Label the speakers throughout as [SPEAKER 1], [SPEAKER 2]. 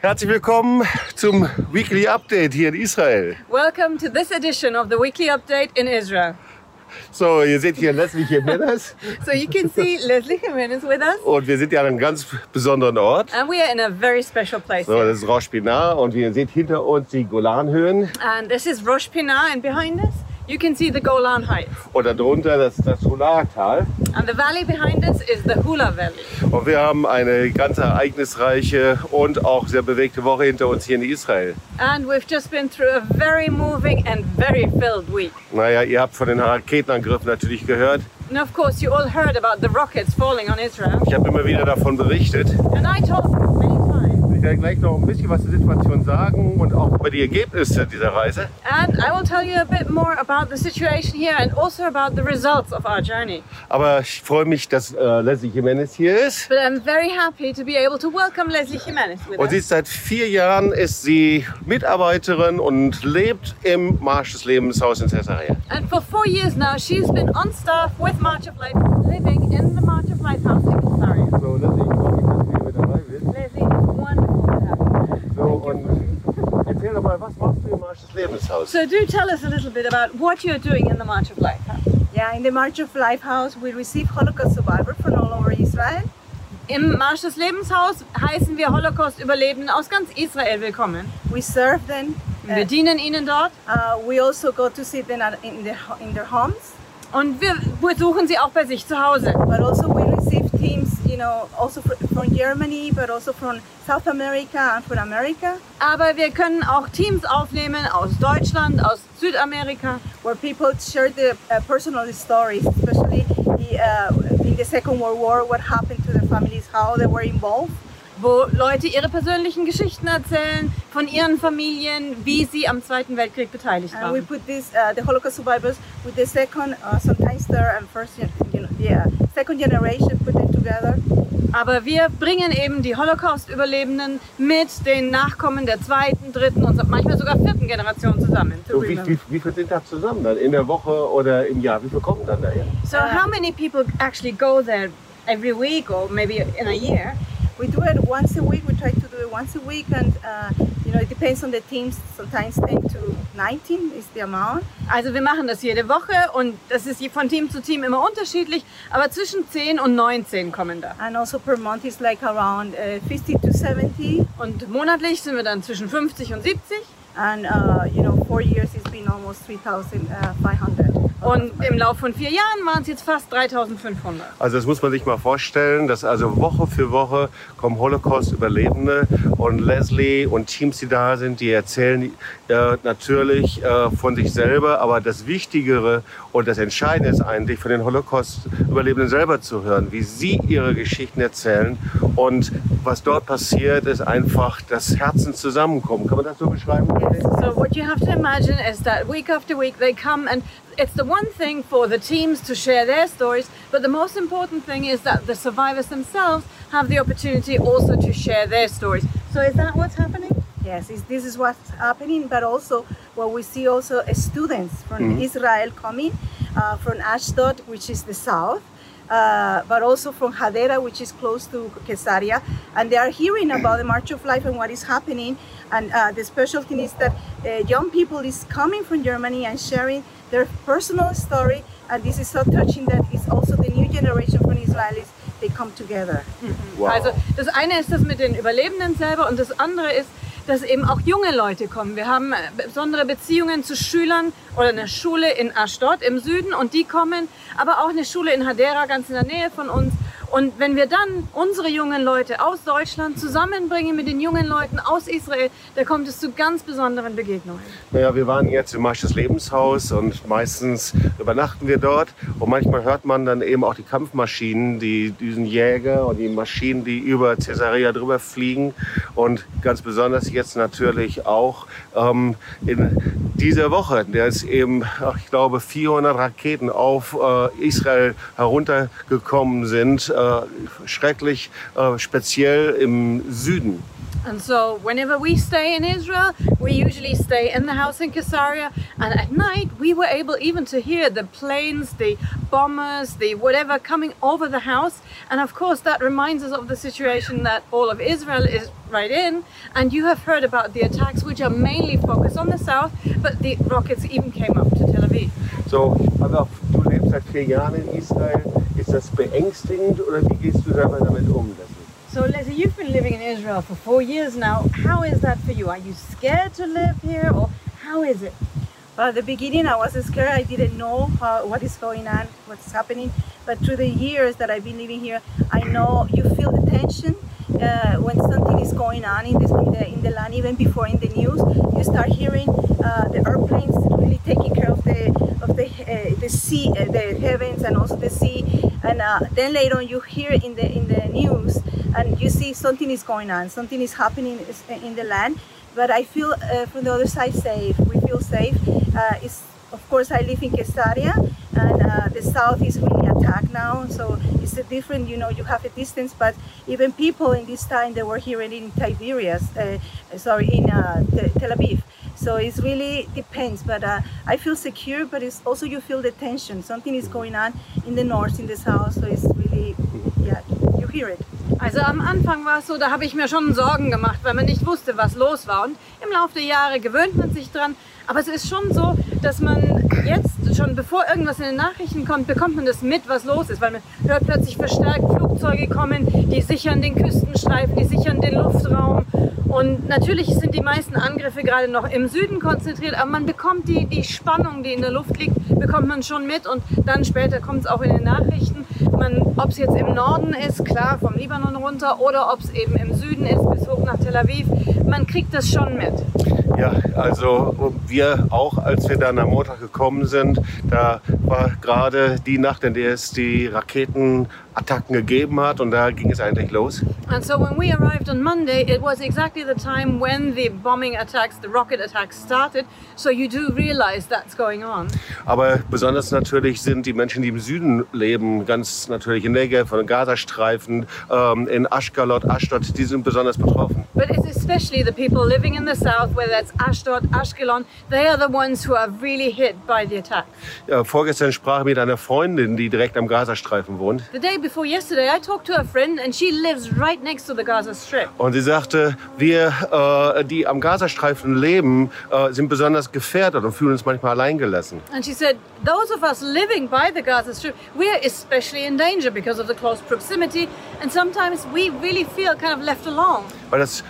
[SPEAKER 1] Herzlich willkommen zum Weekly Update hier in Israel.
[SPEAKER 2] Welcome to this edition of the weekly update in Israel.
[SPEAKER 1] So, ihr seht hier Leslie Jimenez
[SPEAKER 2] So you can see Leslie Jimenez with us,
[SPEAKER 1] und wir sind ja an einem ganz besonderen Ort.
[SPEAKER 2] and we are in a very special place.
[SPEAKER 1] So,
[SPEAKER 2] here.
[SPEAKER 1] das ist Rosh Pinar und ihr seht hinter uns die Golanhöhen
[SPEAKER 2] And this is Rosh Pinah, and behind us you can see the Golan Heights,
[SPEAKER 1] und darunter das, das Solartal.
[SPEAKER 2] and the valley behind us is the Hula Valley.
[SPEAKER 1] Und wir haben eine ganz ereignisreiche und auch sehr bewegte Woche hinter uns hier in Israel.
[SPEAKER 2] And we've just been through a very moving and very filled week.
[SPEAKER 1] Naja, ihr habt von den Raketenangriffen natürlich gehört.
[SPEAKER 2] And of course, you all heard about the rockets falling on Israel,
[SPEAKER 1] Ich habe immer wieder davon berichtet.
[SPEAKER 2] and I told you many times.
[SPEAKER 1] Ich werde gleich noch ein bisschen was zur Situation sagen und auch über die Ergebnisse dieser Reise.
[SPEAKER 2] And I will tell you a bit more about the situation here and also about the results of our journey.
[SPEAKER 1] Aber ich freue mich, dass äh, Leslie Jimenez hier ist.
[SPEAKER 2] But I'm very happy to be able to welcome Leslie Jimenez with
[SPEAKER 1] Und sie
[SPEAKER 2] us.
[SPEAKER 1] ist seit vier Jahren ist sie Mitarbeiterin und lebt im Marsch des Lebens Haus in Caesarea.
[SPEAKER 2] And for four years now, she's been on staff with March of Life, living in the March of Life house in Caesarea.
[SPEAKER 1] So, Leslie, ich freue mich, dass du hier mit dabei bist.
[SPEAKER 2] Leslie, it's wonderful to have you.
[SPEAKER 1] So, und erzähl doch mal, was machst du im Marsch des Lebens Haus?
[SPEAKER 2] So do tell us a little bit about what you're doing in the March of Life house.
[SPEAKER 3] Yeah, in the March of Life House, we receive Holocaust survivors from all over Israel.
[SPEAKER 2] Im Marsch des Lebenshaus heißen wir Holocaust-Überlebenden aus ganz Israel willkommen.
[SPEAKER 3] We serve them.
[SPEAKER 2] Wir dienen ihnen dort
[SPEAKER 3] Uh, we also go to see them at- in their, ho- in their homes.
[SPEAKER 2] und wir besuchen sie auch bei sich zu Hause.
[SPEAKER 3] But also, we receive teams, you know, also fr- from Germany, but also from South America and from America,
[SPEAKER 2] Aber wir können auch Teams aufnehmen aus Deutschland, aus Südamerika.
[SPEAKER 3] where people share their uh, personal stories, especially the, uh, in the Second World War, what happened to their families, how they were involved.
[SPEAKER 2] wo Leute ihre persönlichen Geschichten erzählen, von ihren Familien, wie sie am Zweiten Weltkrieg beteiligt
[SPEAKER 3] And Äh, we
[SPEAKER 2] waren.
[SPEAKER 3] put this, uh, the Holocaust survivors with the second, uh, sometimes third and first, gen- you know, the uh, second generation, put them together.
[SPEAKER 2] Aber wir bringen eben die Holocaust-Überlebenden mit den Nachkommen der zweiten, dritten und manchmal sogar vierten Generation zusammen.
[SPEAKER 1] So, wie, wie, wie viel sind da zusammen dann? In der Woche oder im Jahr? Wie viel kommen dann daher?
[SPEAKER 2] So how many people actually go there every week or maybe in a year?
[SPEAKER 3] We do it once a week. We try to do it once a week, and uh, you know it depends on the teams. Sometimes 10 to 19 is the amount.
[SPEAKER 2] Also wir machen das jede Woche und das ist von Team zu Team immer unterschiedlich, aber zwischen 10 und 19 kommen da.
[SPEAKER 3] And also per month is like around uh, 50 to 70.
[SPEAKER 2] Und monatlich sind wir dann zwischen 50 und 70.
[SPEAKER 3] And uh, you know, four years it's been almost uh, 3,500.
[SPEAKER 2] Und im Laufe von vier Jahren waren es jetzt fast 3500.
[SPEAKER 1] Also das muss man sich mal vorstellen, dass also Woche für Woche kommen Holocaust-Überlebende und Leslie und Teams, die da sind, die erzählen äh, natürlich äh, von sich selber, aber das Wichtigere und das Entscheidende ist eigentlich, von den Holocaust-Überlebenden selber zu hören, wie sie ihre Geschichten erzählen und was dort passiert, ist einfach das Herzen zusammenkommen. Kann man das so beschreiben?
[SPEAKER 2] So what you have to imagine is that week after week they come and it's the one thing for the teams to share their stories, but the most important thing is that the survivors themselves have the opportunity also to share their stories. So is that what's happening?
[SPEAKER 3] Yes, it's, this is what's happening, but also what we see also is students from Israel coming, uh, from Ashdod, which is the south, uh, but also from Hadera, which is close to Caesarea, and they are hearing about the March of Life and what is happening. And uh, the special thing is that uh, young people is coming from Germany and sharing their personal story, and this is so touching that it's also the new generation from Israelis. They come together.
[SPEAKER 1] Wow.
[SPEAKER 2] Also das eine ist das mit den Überlebenden selber und das andere ist, dass eben auch junge Leute kommen. Wir haben äh, besondere Beziehungen zu Schülern oder eine Schule in Ashdod im Süden und die kommen, aber auch eine Schule in Hadera ganz in der Nähe von uns. Und wenn wir dann unsere jungen Leute aus Deutschland zusammenbringen mit den jungen Leuten aus Israel, da kommt es zu ganz besonderen Begegnungen.
[SPEAKER 1] Naja, wir waren jetzt im Marsch des Lebenshaus und meistens übernachten wir dort. Und manchmal hört man dann eben auch die Kampfmaschinen, die Düsenjäger und die Maschinen, die über Caesarea drüber fliegen. Und ganz besonders jetzt natürlich auch ähm, in dieser Woche, der ist eben, ach, ich glaube, 400 Raketen auf äh, Israel heruntergekommen sind. Äh, schrecklich, äh, speziell im Süden.
[SPEAKER 2] And so, whenever we stay in Israel, we usually stay in the house in Caesarea. And at night, we were able even to hear the planes, the bombers, the whatever coming over the house. And of course, that reminds us of the situation that all of Israel is right in. And you have heard about the attacks, which are mainly focused on the south, but the rockets even came up to Tel Aviv.
[SPEAKER 1] So, Anna, du lebst seit vier Jahren in Israel. Ist das beängstigend oder wie gehst du selber damit um?
[SPEAKER 2] So, Leslie, you've been living in Israel for four years now. How is that for you? Are you scared to live here, or how is it?
[SPEAKER 3] Well, at the beginning, I was scared. I didn't know how, what is going on, what's happening. But through the years that I've been living here, I know you feel the tension uh, when something is going on in, this, in, the, in the land, even before in the news. You start hearing uh, the airplanes really taking care of the of the uh, the sea, uh, the heavens, and also the sea. And uh, then later on, you hear in the in the news and you see something is going on, something is happening is- uh, in the land. But I feel uh, from the other side safe. We feel safe. Uh, it's, of course, I live in Caesarea, and uh, the south is really attacked now. So it's a different, you know, you have a distance. But even people in this time, they were here in Tiberias, uh, sorry, in uh, Te- Tel Aviv. So it's really depends, but uh, I feel secure. But it's also you feel the tension. Something is going on in the north, in the south. So it's really, yeah, you hear it.
[SPEAKER 2] Also am Anfang war es so, da habe ich mir schon Sorgen gemacht, weil man nicht wusste, was los war. Und im Laufe der Jahre gewöhnt man sich dran. Aber es ist schon so, dass man jetzt schon, bevor irgendwas in den Nachrichten kommt, bekommt man das mit, was los ist. Weil man hört plötzlich verstärkt Flugzeuge kommen, die sichern den Küstenstreifen, die sichern den Luftraum. Und natürlich sind die meisten Angriffe gerade noch im Süden konzentriert, aber man bekommt die, die Spannung, die in der Luft liegt, bekommt man schon mit. Und dann später kommt es auch in den Nachrichten man, ob es jetzt im Norden ist, klar vom Libanon runter, oder ob es eben im Süden ist, bis hoch nach Tel Aviv, man kriegt das schon mit.
[SPEAKER 1] Ja, also wir auch, als wir dann am Montag gekommen sind, da war gerade die Nacht, in der es die Raketenattacken gegeben hat und da ging es eigentlich los.
[SPEAKER 2] And so when we arrived on Monday, it was exactly the time when the bombing attacks, the rocket attacks started. So you do realize that's going on.
[SPEAKER 1] Aber besonders natürlich sind die Menschen, die im Süden leben, ganz natürlich in Negev, von Gazastreifen, ähm, in Ashkalot, Ashdod, die sind besonders betroffen.
[SPEAKER 2] But it's especially the people living in the south, whether it's Ashdod, Ashkelon, they are the ones who are really hit by the attack.
[SPEAKER 1] Ja, Äh, vorgestern sprach ich mit einer Freundin, die direkt am Gazastreifen wohnt.
[SPEAKER 2] The day before yesterday, I talked to a friend, and she lives right next to the Gaza Strip.
[SPEAKER 1] Und sie sagte, wir, äh, die am Gazastreifen leben, äh, sind besonders gefährdet und fühlen uns manchmal alleingelassen.
[SPEAKER 2] And she said, those of us living by the Gaza Strip, we're especially in danger because of the close proximity. And sometimes we really feel kind of left alone.
[SPEAKER 1] Weil das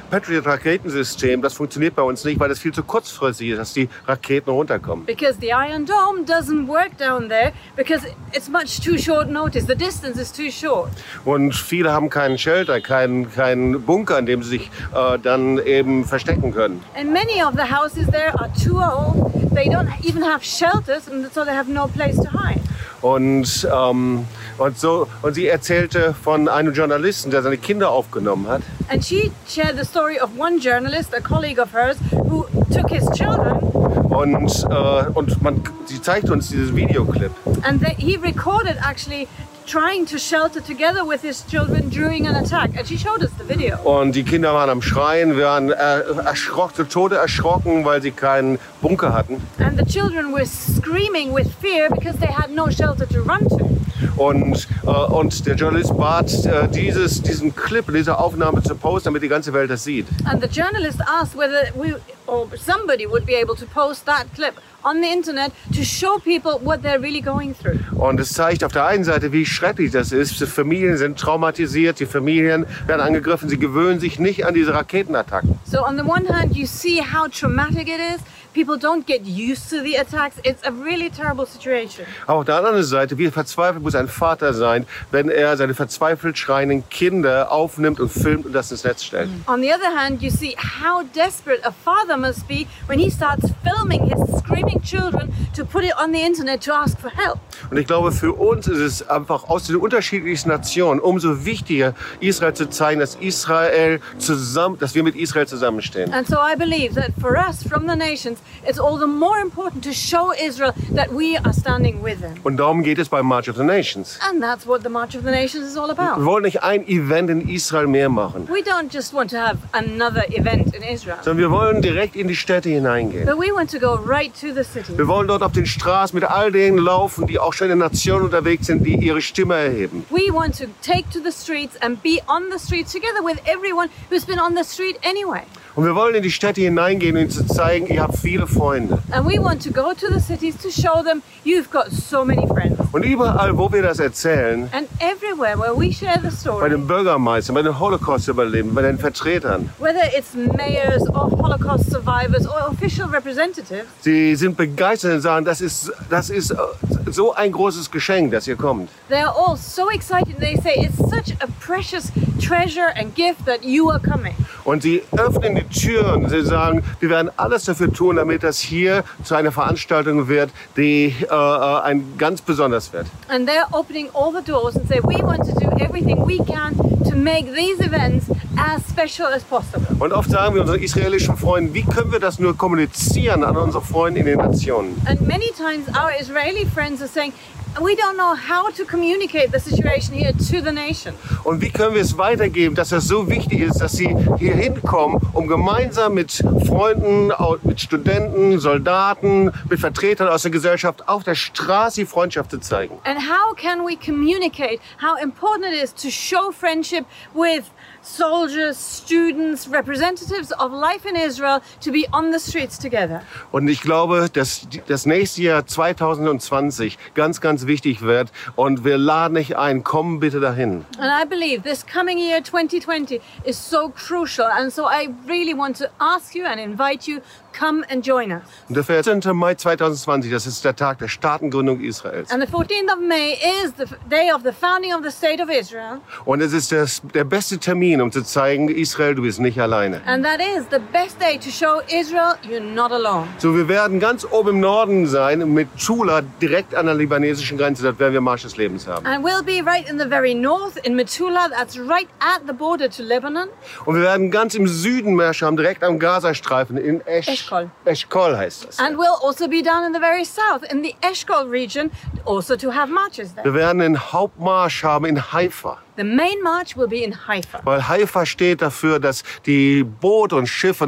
[SPEAKER 1] Patriot-Raketensystem, das funktioniert bei uns nicht, weil das viel zu kurzfristig ist, dass die Raketen runterkommen.
[SPEAKER 2] Because the Iron Dome doesn't work down there because it's much too short notice. The distance is too short.
[SPEAKER 1] Und viele haben keinen Shelter, keinen, keinen Bunker, in dem sie sich äh, dann eben verstecken können.
[SPEAKER 2] And many of the houses there are too old. They don't even have shelters, and so they have no place to hide.
[SPEAKER 1] Und, ähm, und, so, und sie erzählte von einem Journalisten, der seine Kinder aufgenommen hat.
[SPEAKER 2] And she shared the story of one journalist, a colleague of hers, who took his children
[SPEAKER 1] Und, äh, und man, sie zeigte uns diesen Videoclip.
[SPEAKER 2] and that he recorded actually trying to shelter together with his children during an attack and she showed us the video
[SPEAKER 1] Und die Kinder waren am Schreien, wir waren äh, erschrocken, zu Tode erschrocken, weil sie keinen Bunker hatten.
[SPEAKER 2] and the children were screaming with fear because they had no shelter to run to
[SPEAKER 1] Und, äh, und der Journalist bat, äh, dieses, diesen Clip, diese Aufnahme zu posten, damit die ganze Welt das sieht.
[SPEAKER 2] and the journalist asked whether we or somebody would be able to post that clip on the internet to show people what they're really going through
[SPEAKER 1] Und es zeigt auf der einen Seite, wie schrecklich das ist. Die Familien sind traumatisiert, die Familien werden angegriffen, sie gewöhnen sich nicht an diese Raketenattacken.
[SPEAKER 2] so on the one hand you see how traumatic it is people don't get used to the attacks it's a really terrible situation
[SPEAKER 1] Aber auf der anderen Seite, wie verzweifelt muss ein Vater sein, wenn er seine verzweifelt schreienden Kinder aufnimmt und filmt und das ins Netz stellt.
[SPEAKER 2] On the other hand, you see how desperate a father father must be when he starts filming his screaming children to put it on the internet to ask for help.
[SPEAKER 1] Und ich glaube, für uns ist es einfach aus den unterschiedlichsten Nationen umso wichtiger, Israel zu zeigen, dass Israel zusammen, dass wir mit Israel zusammenstehen.
[SPEAKER 2] And so I believe that for us from the nations, it's all the more important to show Israel that we are standing with them.
[SPEAKER 1] Und darum geht es beim March of the Nations.
[SPEAKER 2] And that's what the March of the Nations is all
[SPEAKER 1] Wir
[SPEAKER 2] about.
[SPEAKER 1] wollen nicht ein Event in Israel mehr machen,
[SPEAKER 2] We don't just want to have another event in Israel,
[SPEAKER 1] sondern wir wollen direkt in die Städte hineingehen.
[SPEAKER 2] but we want to go right to the city.
[SPEAKER 1] Wir wollen dort auf den Straßen mit all denen laufen, die auch schon in Nationen unterwegs sind, die ihre Stimme erheben.
[SPEAKER 2] We want to take to the streets and be on the streets together with everyone who's been on the street anyway.
[SPEAKER 1] Und wir wollen in die Städte hineingehen, um ihnen zu zeigen, ihr habt viele Freunde.
[SPEAKER 2] And we want to go to the cities to show them you've got so many friends.
[SPEAKER 1] Und überall, wo wir das erzählen,
[SPEAKER 2] And everywhere where we share the
[SPEAKER 1] bei
[SPEAKER 2] story,
[SPEAKER 1] den Bürgermeistern, bei den Holocaust-Überlebenden, bei den Vertretern,
[SPEAKER 2] whether it's mayors or Holocaust survivors or official representatives,
[SPEAKER 1] sie sind begeistert und sagen, das ist, das ist äh, so ein großes Geschenk, dass ihr kommt.
[SPEAKER 2] they're all so excited. They say it's such a precious treasure and gift that you are coming.
[SPEAKER 1] Und sie öffnen die Türen. Sie sagen, wir werden alles dafür tun, damit das hier zu einer Veranstaltung wird, die äh, äh, ein ganz besonders wird.
[SPEAKER 2] And they're opening all the doors and say, we want to do everything we can to make these events as special as possible.
[SPEAKER 1] Und oft sagen wir unseren israelischen Freunden, wie können wir das nur kommunizieren an unsere Freunde in den Nationen?
[SPEAKER 2] And many times our Israeli friends are saying, we don't know how to communicate the situation here to the nation.
[SPEAKER 1] Und wie können wir es weitergeben, dass das so wichtig ist, dass sie hier hinkommen, um gemeinsam mit Freunden, au- mit Studenten, Soldaten, mit Vertretern aus der Gesellschaft auf der Straße die Freundschaft zu zeigen?
[SPEAKER 2] And how can we communicate how important it is to show friendship with soldiers, students, representatives of life in Israel to be on the streets together?
[SPEAKER 1] Und ich glaube, dass die- das nächste Jahr 2020 ganz, ganz wichtig wird. Und wir laden dich ein, komm bitte dahin.
[SPEAKER 2] And I believe this coming year 2020 is so crucial. And so I really want to ask you and invite you, come and join us.
[SPEAKER 1] Und der 14. Mai 2020, das ist der Tag der Staatengründung Israels.
[SPEAKER 2] And the 14th of May is the f- day of the founding of the State of Israel.
[SPEAKER 1] Und es ist das, der beste Termin, um zu zeigen, Israel, du bist nicht alleine.
[SPEAKER 2] And that is the best day to show Israel you're not alone.
[SPEAKER 1] So, wir werden ganz oben im Norden sein, mit Chula direkt an der libanesischen Grenze. Dort werden wir Marsch des Lebens haben.
[SPEAKER 2] And we'll be right in the very north in Metula, that's right at the border to Lebanon.
[SPEAKER 1] Und wir werden ganz im Süden Marsch haben, direkt am Gazastreifen in Esch
[SPEAKER 2] Eschkol.
[SPEAKER 1] Eschkol heißt das.
[SPEAKER 2] And we'll also be down in the very south in the Eshkol region, also to have marches there.
[SPEAKER 1] wir werden einen Hauptmarsch haben in Haifa.
[SPEAKER 2] The main march will be in Haifa.
[SPEAKER 1] Weil Haifa steht dafür, dass die Boote und Schiffe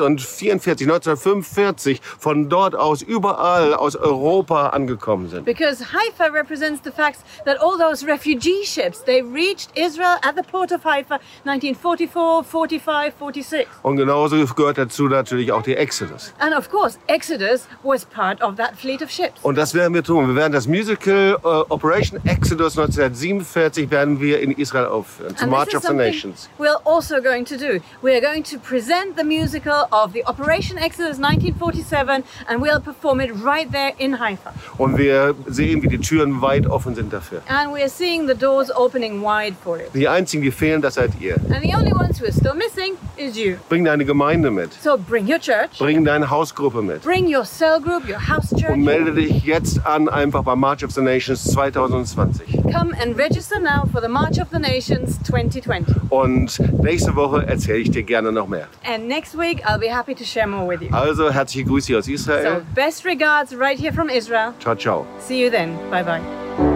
[SPEAKER 1] 1944, 1945 von dort aus überall aus Europa angekommen sind.
[SPEAKER 2] Because Haifa represents the fact that all those refugee ships, they reached Israel at the port of Haifa 1944, 45, 46.
[SPEAKER 1] Und genauso gehört dazu natürlich auch die Exodus.
[SPEAKER 2] And of course, Exodus was part of that fleet of ships.
[SPEAKER 1] Und das werden wir tun. Wir werden das Musical äh, Operation Exodus 1947 werden wir in Israel aufführen. Zum
[SPEAKER 2] And
[SPEAKER 1] March
[SPEAKER 2] this
[SPEAKER 1] of the
[SPEAKER 2] is something
[SPEAKER 1] Nations.
[SPEAKER 2] We're also going to do. We're going to present the musical of the Operation Exodus 1947 and we'll perform it right there in Haifa.
[SPEAKER 1] Und wir sehen, wie die Türen weit offen sind dafür.
[SPEAKER 2] And we're seeing the doors opening wide for it.
[SPEAKER 1] Die einzigen, die fehlen, das seid ihr.
[SPEAKER 2] And the only ones who are still missing is you.
[SPEAKER 1] Bring deine Gemeinde mit.
[SPEAKER 2] So bring your church,
[SPEAKER 1] Bring deine Hausgruppe mit.
[SPEAKER 2] bring your cell group, your house
[SPEAKER 1] Und
[SPEAKER 2] church.
[SPEAKER 1] melde dich jetzt an einfach bei March of the Nations 2020.
[SPEAKER 2] Come and register now for the March of the Nations 2020.
[SPEAKER 1] Und nächste Woche erzähle ich dir gerne noch mehr.
[SPEAKER 2] And next week I'll be happy to share more with you.
[SPEAKER 1] Also herzliche Grüße aus Israel.
[SPEAKER 2] So best regards right here from Israel.
[SPEAKER 1] Ciao, ciao.
[SPEAKER 2] See you then. Bye bye.